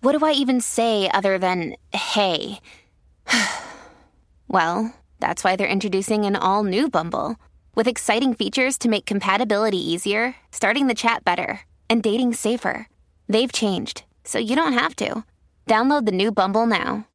what do I even say other than hey? well, that's why they're introducing an all new Bumble with exciting features to make compatibility easier, starting the chat better, and dating safer. They've changed, so you don't have to. Download the new Bumble now.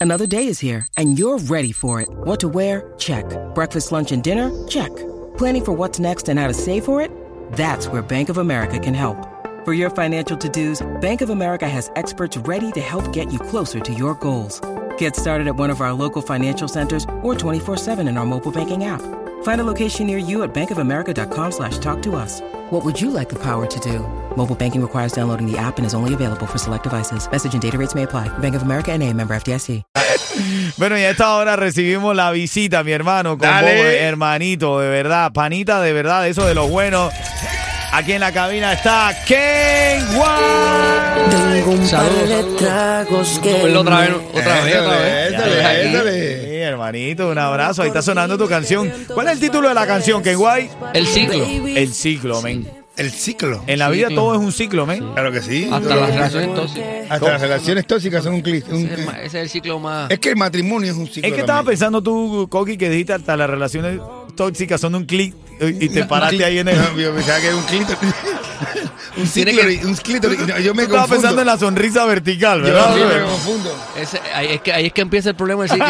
Another day is here, and you're ready for it. What to wear? Check. Breakfast, lunch, and dinner? Check. Planning for what's next and how to save for it? That's where Bank of America can help. For your financial to-dos, Bank of America has experts ready to help get you closer to your goals. Get started at one of our local financial centers or 24-7 in our mobile banking app. Find a location near you at bankofamerica.com slash talk to us. What would you like the power to do? Mobile banking requires downloading the app and is only available for select devices. Message and data rates may apply. Bank of America and a member FDIC. Bueno, y a esta hora recibimos la visita, mi hermano, con Dale. vos, eh, hermanito, de verdad, panita, de verdad, eso de los buenos. Aquí en la cabina está Ken Wang. Tengo un par de tragos que otra vez, me- otra vez, otra vez. Échale, Ya, ya, ya. Sí, hermanito, un abrazo. Ahí está sonando tu canción. ¿Cuál es el título de la canción, Ken Wang? El ciclo. El ciclo, men. El ciclo. En la vida todo es un ciclo, men. Eh, Claro que sí. Hasta las relaciones tóxicas. Hasta las relaciones tóxicas son un clic. un- Ese es el ma- ese es el ciclo más. Es que el matrimonio es un ciclo. Es que estaba también. pensando tú, Coqui, que dijiste hasta las relaciones tóxicas son un clic eh, y te paraste ahí en el... No, yo pensaba que era un clítoris. un Tiene ciclo. Un clítoris. No, Yo me Tú estabas confundo. pensando en la sonrisa vertical, Yo ¿verdad? sí me brother? confundo. Ese- ahí, es que, ahí es que empieza el problema del ciclo.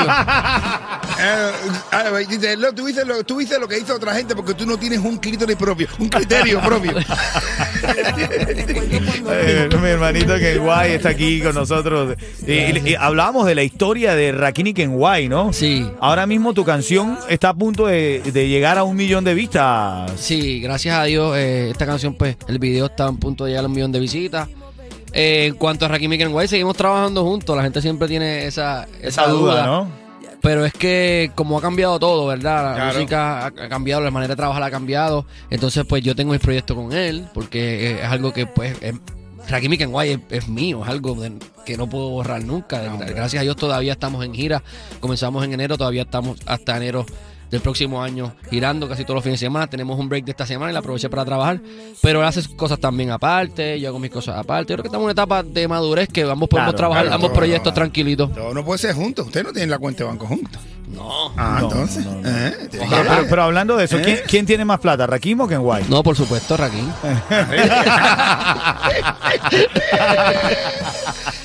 Ah, ah, dice, "Lo, tú, viste lo, tú viste lo que hizo otra gente porque tú no tienes un clítoris propio, un criterio propio. Eh, mi hermanito Kenway está aquí con nosotros. Y, y- y hablábamos de la historia de Rakini Kenway, ¿no? Sí. Ahora mismo tu canción está a punto de, de llegar a un millón de vistas. Sí, gracias a Dios, eh, esta canción, pues, el video está a punto de llegar a un millón de visitas. Eh, en cuanto a Rakim y Kenway, seguimos trabajando juntos. La gente siempre tiene esa, esa, duda, ¿no? Pero es que como ha cambiado todo, ¿verdad? La Claro. música ha, ha cambiado, la manera de trabajar ha cambiado. Entonces, pues yo tengo mis proyectos con él, porque eh, es algo que, pues, em, Rakim y Kenway es, es mío, es algo de- que no puedo borrar nunca. Gracias a Dios todavía estamos en gira. Comenzamos en enero, todavía estamos hasta enero del próximo año girando casi todos los fines de semana. Tenemos un break de esta semana y la aproveché para trabajar. Pero él hace sus cosas también aparte, yo hago mis cosas aparte. Yo creo que estamos en una etapa de madurez que ambos podemos Claro, trabajar claro, ambos todo, proyectos claro. tranquilitos. No, no puede ser juntos. Ustedes no tienen la cuenta de banco juntos. No. Ah, No, entonces. no, no. eh, tienen que Pero, hablar. pero- pero hablando de eso, ¿quién, ¿Eh? quién tiene más plata, Rakim o Kenway? No, por supuesto, Rakim.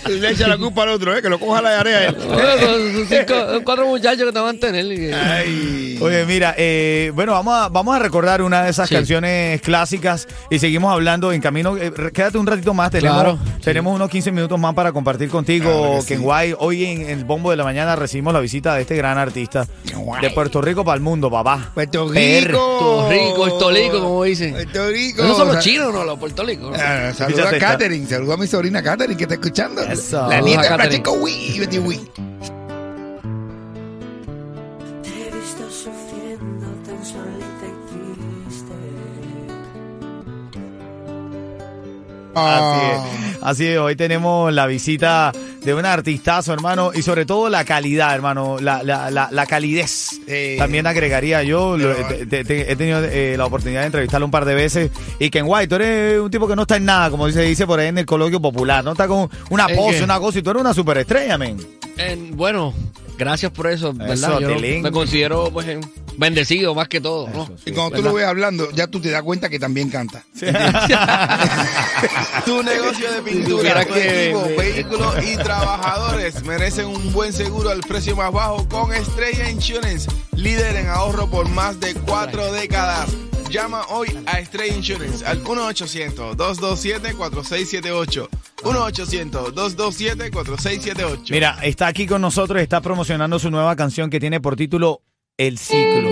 Le echa la culpa al otro, eh, que lo coja la área él. Bueno, con sus cinco- son cuatro muchachos que te van a tener. y- Ay. Oye, mira, eh, bueno, vamos a, vamos a recordar una de esas Sí. canciones clásicas y seguimos hablando en camino. Eh, re- quédate un ratito más, tenemos, Claro, tenemos unos 15 minutos más para compartir contigo, Claro que sí. Kenway. Hoy en el Bombo de la Mañana recibimos la visita de este gran artista Kenway. de Puerto Rico para el mundo, papá. Puerto PR. Rico. Puerto Rico, Puerto Rico, como dicen. Puerto Rico. Esos son O sea, los chinos, no, los puertorriqueños. Ah, no, saluda Fíjate, a está- Katherine, saluda a mi sobrina Katherine que está escuchando. Eso. La Saludos nieta a de Katherine. Platico Wii, Betty Wii. Te he visto sufriendo tan solita y triste. Ah, Así es. Así es, hoy tenemos la visita de un artistazo, hermano, y sobre todo la calidad, hermano, la, la, la, la calidez. Sí. También agregaría yo, lo- Pero- te- te- te- he tenido eh, la oportunidad de entrevistarlo un par de veces, y que en Guay, tú eres un tipo que no está en nada, como se dice por ahí en el coloquio popular, no está con una ¿En pose, qué? una cosa, y tú eres una superestrella, men. Eh, bueno, gracias por eso, ¿verdad? Eso, Yo Tilín. me considero pues, eh, bendecido más que todo. ¿no? Y cuando tú lo ves hablando, ya tú te das cuenta que también canta. Tu negocio de tuvieras pintura, tu que equipo, vender. vehículos y trabajadores merecen un buen seguro al precio más bajo con Estrella Insurance, líder en ahorro por más de cuatro décadas. Llama hoy a Estrella Insurance al 1-800-227-4678. 1-800-227-4678. Mira, está aquí con nosotros, está promocionando su nueva canción que tiene por título el ciclo.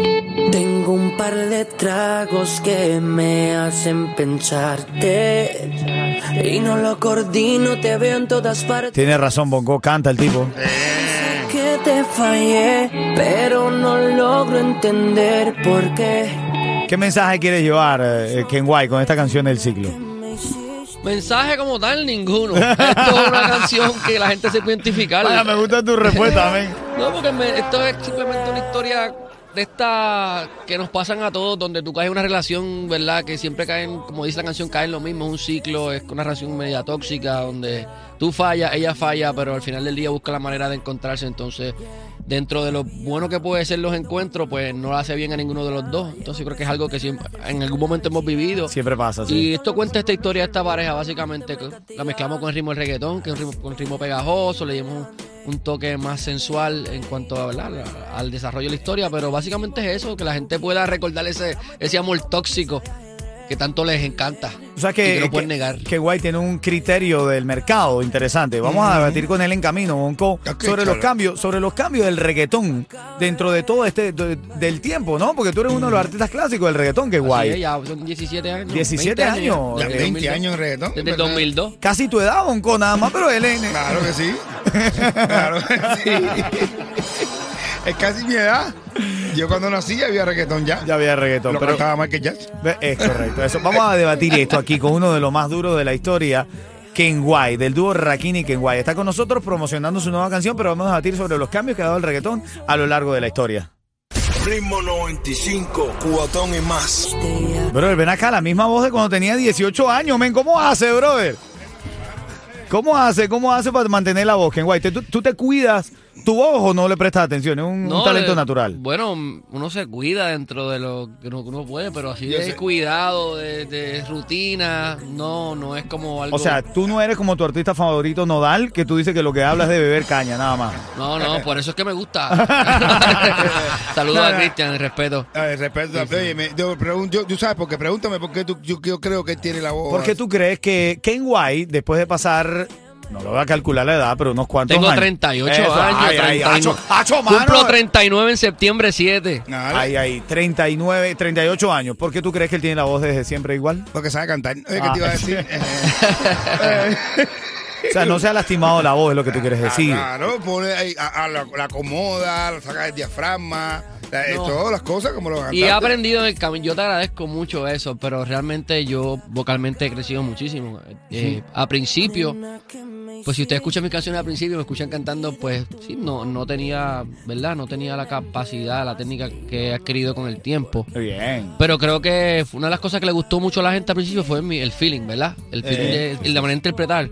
Tengo un par de tragos que me hacen pensarte. Y no lo coordino, te veo en todas partes. Tiene razón, Bongo, canta el tipo. Que te fallé, pero no logro entender por qué. ¿Qué mensaje quieres llevar, eh, Ken White, con esta canción del ciclo? me hiciste Mensaje como tal, ninguno. Esto es una canción que la gente se puede identificar. Vaya, me gusta tu respuesta, amén. No, porque me- esto es simplemente una historia de esta que nos pasan a todos, donde tú caes en una relación, ¿verdad? Que siempre caen, como dice la canción, caen lo mismo, es un ciclo, es una relación media tóxica, donde tú fallas, ella falla, pero al final del día busca la manera de encontrarse. Entonces, dentro de lo bueno que puede ser los encuentros, pues no la hace bien a ninguno de los dos. Entonces, yo creo que es algo que siempre, en algún momento hemos vivido. Siempre pasa, Y sí. esto cuenta esta historia de esta pareja, básicamente. que La mezclamos con el ritmo del reggaetón, que es un ritmo, un ritmo pegajoso, le dimos un toque más sensual en cuanto a, ¿verdad? la- al desarrollo de la historia, pero básicamente es eso, que la gente pueda recordar ese, ese amor tóxico que tanto les encanta. O sea y que, que no que- pueden negar. que White tiene un criterio del mercado interesante. Vamos a debatir con él en camino, Bonco, Ok, sobre los chale. cambios, sobre los cambios del reggaetón dentro de todo este de- del tiempo, ¿no? Porque tú eres uno de los artistas clásicos del reggaetón, Ken Así es, White. ya son 17 años. 17 años, ya, ya desde 20 años en 2002. reggaetón. Desde el ¿verdad? 2002. Casi tu edad, Bonco, nada más, pero él es... Claro que sí. Claro que sí. Es casi mi edad. Yo cuando nací ya había reggaetón ya. Ya había reggaetón, Lo pero... cantaba más que jazz. Ve- Es correcto. Eso. Vamos a debatir esto aquí con uno de los más duros de la historia, Ken White, del dúo Rakini y Ken White. Está con nosotros promocionando su nueva canción, pero vamos a debatir sobre los cambios que ha dado el reggaetón a lo largo de la historia. Ritmo 95, cuatón y más. ya. Brother, ven acá, la misma voz de cuando tenía 18 años, men. ¿Cómo hace, brother? ¿Cómo hace? ¿Cómo hace para mantener la voz, Ken White? ¿Tú, tú te cuidas tu voz o no le prestas atención? Es un, un No, talento eh, natural. Bueno, uno se cuida dentro de lo que uno, que uno puede, pero así Yo de sé. cuidado, de, de rutina, no, no es como algo... O sea, tú no eres como tu artista favorito Nodal, que tú dices que lo que hablas es de beber caña, nada más. No, eh, no, por eso es que me gusta. Saludos No, no. a Cristian, el respeto. A ver, Eh, respeto. Oye, me- yo, pregun- yo- tú sabes, porque pregúntame por qué tú, yo, yo creo que él tiene la voz. ¿Por qué tú crees que Ken White, después de pasar, no lo voy a calcular la edad, pero unos cuantos Tengo años? 38 Eso, años. Ay, ay, 39. acho, acho, Cumplo mano. 39 en septiembre 7. Nada, Ay, ay, 39, 38 años. ¿Por qué tú crees que él tiene la voz desde siempre igual? porque sabe cantar. Oye, ¿qué Ah. te iba a decir? Eh, O sea, no se ha lastimado la voz, es lo que tú quieres Pues decir. Claro, pone ahí, a, a la, la acomoda, la saca del diafragma, la- eh, todas las cosas como los Y he cantantes. aprendido en el camino. Yo te agradezco mucho eso, pero realmente yo vocalmente he crecido muchísimo. Eh, a principio, pues si ustedes escuchan mis canciones al principio, me escuchan cantando, pues sí, no, no tenía, ¿verdad? No tenía la capacidad, la técnica que he adquirido con el tiempo. Muy Bien. Pero creo que fue una de las cosas que le gustó mucho a la gente al principio fue mi- el feeling, ¿verdad? El feeling Eh. de, la manera de interpretar.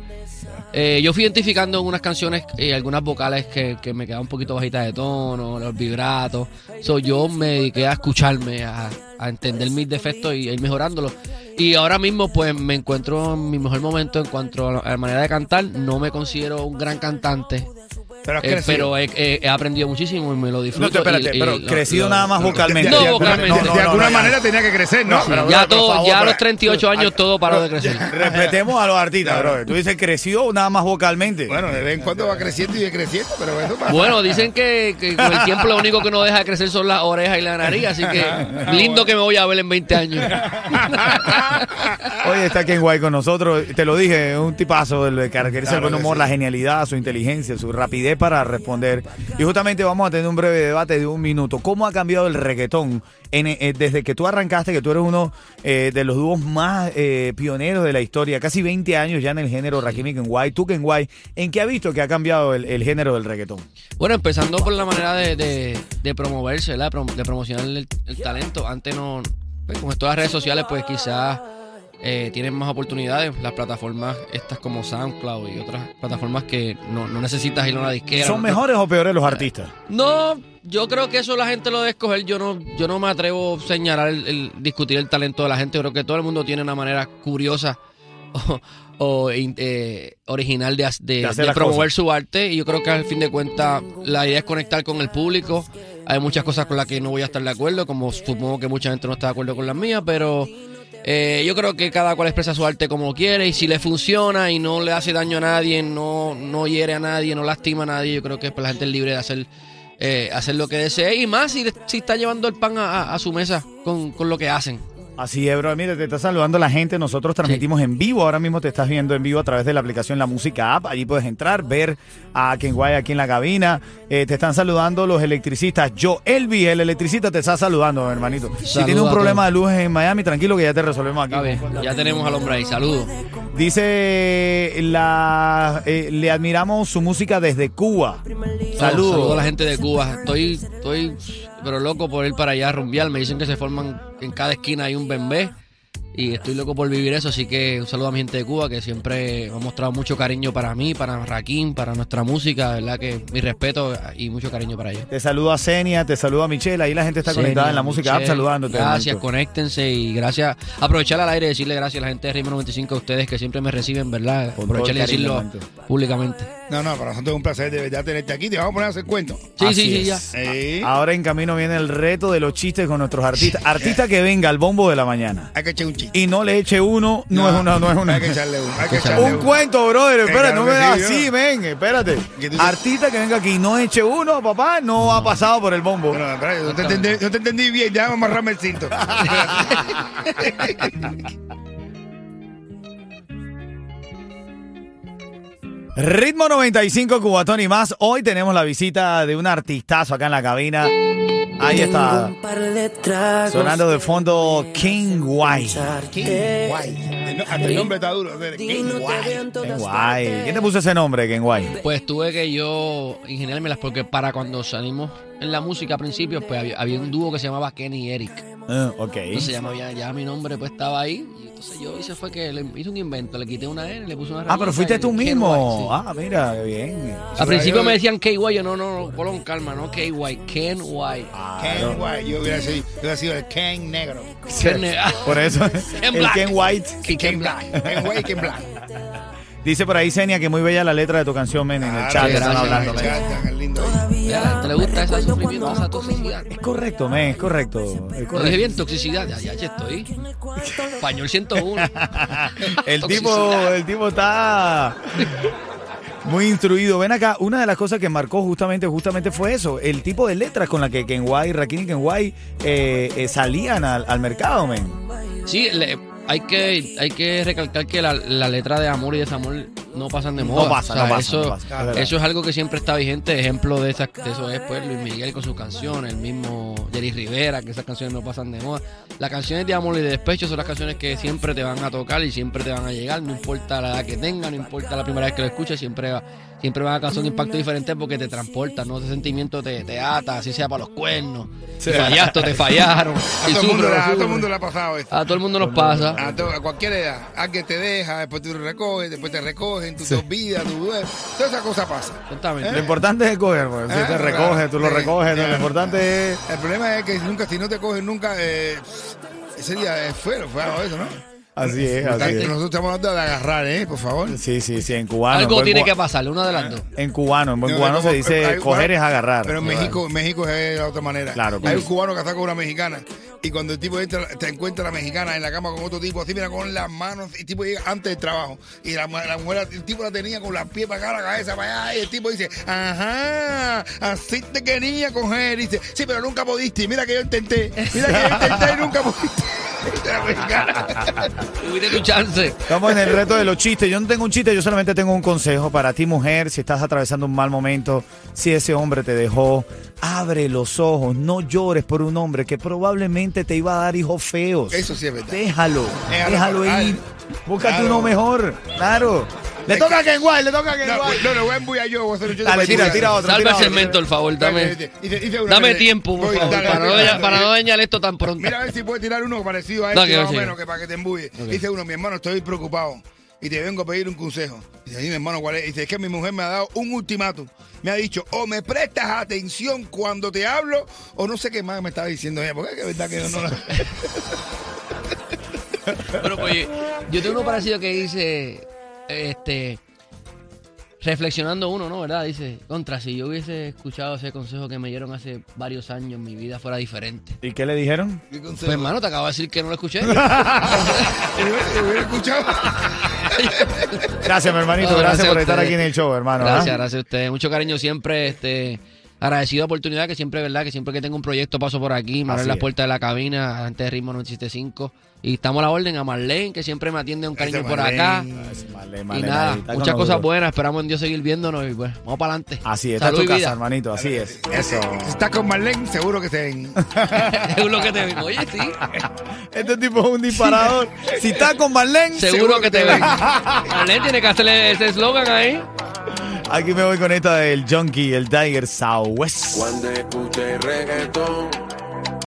Eh, yo fui identificando en unas canciones y algunas vocales que, que me quedaban un poquito bajitas de tono, los vibratos. So, yo me dediqué a escucharme, a, a entender mis defectos y a ir mejorándolos. Y ahora mismo pues me encuentro en mi mejor momento en cuanto a la- a la manera de cantar. No me considero un gran cantante, Pero has eh, crecido. pero he, he- he aprendido muchísimo y me lo disfruto. No, te, espérate, y- y pero lo- crecido lo- nada más lo- vocalmente. No, De alguna- vocalmente. no, no, de no, alguna no, manera tenía que crecer, ¿no? Sí, Pero, ya, pero, por todo- favor, ya a pero- los 38 años todo paró de crecer. Respetemos a los artistas, brother. Tú dices creció nada más vocalmente. Bueno, de vez en cuando va creciendo y creciendo, pero eso pasa. Bueno, dicen que, que con el tiempo lo único que no deja de crecer son las orejas y la nariz, así que Ah, lindo que me voy a ver en 20 años. Hoy está Ken White con nosotros. Te lo dije, es un tipazo el que caracteriza el Claro buen que humor, sí. la genialidad, su inteligencia, su rapidez para responder. Y justamente vamos a tener un breve debate de un minuto. ¿Cómo ha cambiado el reggaetón en- eh, desde que tú arrancaste, que tú eres uno eh, de los dúos más eh, pioneros de la historia? Casi 20 años ya en el género Rakim y Ken White. Tú, Ken White, ¿en qué ha visto que ha cambiado el, el género del reggaetón? Bueno, empezando por la manera de, de- de promoverse, ¿verdad? Prom- De promocionar el, el talento. Antes no, pues, con todas las redes sociales, pues quizás eh, tienen más oportunidades. Las plataformas estas como SoundCloud y otras plataformas que no, no necesitas ir a una disquera. ¿Son no- mejores o peores Eh, los artistas? No, yo creo que eso la gente lo debe escoger. Yo no, yo no me atrevo a señalar, el, el- discutir el talento de la gente. Yo creo que todo el mundo tiene una manera curiosa o, o in- eh, original de, ha- de- De hacer de las promover cosas. su arte. Y yo creo que al fin de cuentas la idea es conectar con el público. Hay muchas cosas con las que no voy a estar de acuerdo, como supongo que mucha gente no está de acuerdo con las mías, pero... Eh, yo creo que cada cual expresa su arte como quiere y si le funciona y no le hace daño a nadie, no, no hiere a nadie, no lastima a nadie, yo creo que pues, la gente es libre de hacer eh, hacer lo que desee y más si, si está llevando el pan a, a- a su mesa con, con lo que hacen. Así es, bro. Mira, te está saludando la gente. Nosotros transmitimos en vivo. Ahora mismo te estás viendo en vivo a través de la aplicación La Música App. Allí puedes entrar, ver a quien guay aquí en la cabina. Eh, te están saludando los electricistas. Yo, Elvi, el electricista, te está saludando, hermanito. si Saluda tienes un a todos. problema de luces en Miami, tranquilo que ya te resolvemos aquí. Está bien, ya tenemos al hombre ahí. Saludos. Dice la eh, le admiramos su música desde Cuba. Oh, Saludos. a la gente de Cuba. Estoy, estoy, pero loco por ir para allá a rumbear. Me dicen que se forman en cada esquina hay un bembé. Y estoy loco por vivir eso. Así que un saludo a mi gente de Cuba que siempre ha mostrado mucho cariño para mí, para Raquín, para nuestra música. de verdad que mi respeto y mucho cariño para ellos. Te saludo a Senia, te saludo a Michelle. Ahí la gente está conectada Senia, en la música Michelle, app saludándote. Gracias, hermanito. conéctense y gracias. Aprovechar al aire y decirle gracias a la gente de Ritmo 95 a ustedes que siempre me reciben, ¿verdad? Con todo Aprovechar el y cariño, decirlo hermanito. públicamente. No, no, para nosotros es un placer de verdad tenerte aquí. Te vamos a poner a hacer cuento. Sí, Así sí, sí, ya. es. Sí. Ahora en camino viene el reto de los chistes con nuestros artistas. Artista que venga al bombo de la mañana Hay que echar un chiste. y no le eche uno, no, es una, no es una. Hay que echarle uno. Hay que echarle echarle Un uno. cuento, brother. Espera, claro no que me das sí, así, yo. ven, espérate. ¿Qué tú dices? Artista que venga aquí y no eche uno, papá, no, ha pasado por el bombo. No, no, espera, yo no te entendí, no te entendí bien. Ya vamos a amarrarme el cinto. Ritmo 95 Cubatón y más. Hoy tenemos la visita de un artistazo acá en la cabina. Ahí está. Un par de tragos Sonando de fondo King White. King Guay. El no- Hasta el nombre está duro. o sea, qué Guay. King White. ¿Quién te puso ese nombre, King White? Pues tuve que yo ingeniármelas porque para cuando salimos en la música a principios, pues había, había un dúo que se llamaba Kenny y Eric. Ah, ok. Entonces ya, me había- ya mi nombre pues estaba ahí. Y entonces yo hice fue que le hice un invento, le quité una N, le puse una Ah, pero rayita fuiste y tú Kenny White, sí. mismo. Ah, mira, qué bien. Ah, Al principio me decían KY, yo no, no, no, Colón, calma, no KY, Ken White. Ah, Ken Guay. Yo hubiera sido, yo hubiera sido el Ken Negro. Ken- Por eso, Ken el Black. Ken White. y Ken Black. Ken Guay y Ken Black. Dice por ahí, Senia, que muy bella la letra de tu canción, men, en el chat. gracias, están gracias. hablando, Ah, ¿eh? El men. chat, tan lindo. ¿eh? Ya, ¿Te le gusta ese sufrimiento, esa toxicidad? Es correcto, men, es correcto. Es Lo dije correcto. bien, toxicidad, ya, ya, ya estoy. Español 101. El tipo, Toxicidad. el tipo está muy instruido. Ven acá, una de las cosas que marcó justamente, justamente fue eso, el tipo de letras con la que Kenway, Rakim y Kenway eh, eh, salían al, al mercado, men. Sí, le- hay, que, hay que recalcar que la, la letra de amor y desamor no pasan de moda. pasa, no pasa, Eso, no pasa, es verdad. eso es algo que siempre está vigente. Ejemplo de, esas, de eso es pues, Luis Miguel con sus canciones, el mismo Jerry Rivera, que esas canciones no pasan de moda. Las canciones de amor y de despecho son las canciones que siempre te van a tocar y siempre te van a llegar, no importa la edad que tengan, no importa la primera vez que lo escuches, siempre, va- siempre van a causar un impacto diferente porque te transportan, ¿no? ese sentimiento te, te ata, así sea para los cuernos. Si fallaste, te fallaron. A Y todo el mundo sufre, le- a todo sufre. el mundo le ha pasado esto. A todo el mundo nos pasa. Ah. A, to- a cualquier edad, a que te deja, después tú recoges, después te recogen, tú te olvidas, tú duermes. Toda esa cosa pasa. Lo Exactamente. importante es coger, pues. Si Ah, te Eh, claro. recoges, tú lo Sí, recoges. ¿no? ya. Lo importante es El problema es que nunca, si no te cogen nunca, eh, ese día eh, fue, fue algo de eso, ¿no? Así es, así Importante, es. Eh, Nosotros estamos hablando de agarrar, ¿eh? Por favor. Sí, sí, sí, en cubano. en Algo buen tiene cua- que pasarle, una de las dos. En cubano, en buen No, cubano como- se dice hay- coger es agarrar. Pero en México, en México es de la otra manera. Claro, Hay claro. un cubano que está con una mexicana y cuando el tipo entra, te encuentra a la mexicana en la cama con otro tipo, así mira con las manos, y el tipo llega antes del trabajo. Y la, mu- la mujer, el tipo la tenía con las pies para acá, la cabeza para allá, y el tipo dice, ajá, así te quería coger. Y dice, sí, pero nunca pudiste. Y Mira que yo intenté, mira que yo intenté y nunca pudiste. La mexicana. Tuviste tu chance. Estamos en el reto de los chistes. Yo no tengo un chiste, yo solamente tengo un consejo para ti, mujer. Si estás atravesando un mal momento, si ese hombre te dejó, abre los ojos. No llores por un hombre que probablemente te iba a dar hijos feos. Eso sí es verdad. Déjalo, Déjalo déjalo pasar. ir. Búscate Claro. uno mejor, claro. Le Es toca a que- Ken White, le toca a Ken No, White. no, no, voy a embullar yo, voy a hacer un chiste Dale, para tira, embullar. tira otro. Salva el otro, segmento, por favor, dame. Dale, dice- dice una Dame vez. tiempo, por Voy, favor, dale, para no, dale, dañar- para dale. no dañar esto tan pronto. Mira a ver si puedes tirar uno parecido a No, este, que más o sí. menos, que para que te embulle. Dice uno, mi hermano, estoy preocupado y te vengo a pedir un consejo. Dice, dime, hermano, ¿cuál es? Dice, es que mi mujer me ha dado un ultimátum. Me ha dicho, o me prestas atención cuando te hablo, o no sé qué más me está diciendo ella, porque es que es verdad que yo no la... Bueno, pues yo tengo uno parecido que dice, este, reflexionando uno, ¿no? ¿Verdad? Dice, contra, si yo hubiese escuchado ese consejo que me dieron hace varios años, mi vida fuera diferente. ¿Y qué le dijeron? ¿Qué Pues consejo? hermano, te acabo de decir que no lo escuché. Yo hubiera- yo hubiera escuchado. Gracias, mi hermanito. No, gracias, gracias a por estar ustedes. aquí en el show, hermano. ¿ah? Gracias, gracias a ustedes. Mucho cariño siempre, este. agradecido la oportunidad que siempre, ¿verdad? Que siempre que tengo un proyecto paso por aquí, me Así abren las es. puertas de la cabina, antes de Ritmo 975. Y estamos a la orden a Marlene, que siempre me atiende un cariño por acá. Y nada, muchas cosas buenas. Esperamos en Dios seguir viéndonos y pues, vamos para adelante. Así es, está Salud tu y casa, vida. hermanito, así es. Eso. Si estás con Marlene, seguro que te ven. es lo que te digo. Oye, sí. Este tipo es un disparador. si está con Marlene, Seguro que te ven. Marlene tiene que hacerle ese eslogan ahí. aquí me voy con esta del Junkie, el Tiger Southwest. Cuando escuché reggaetón,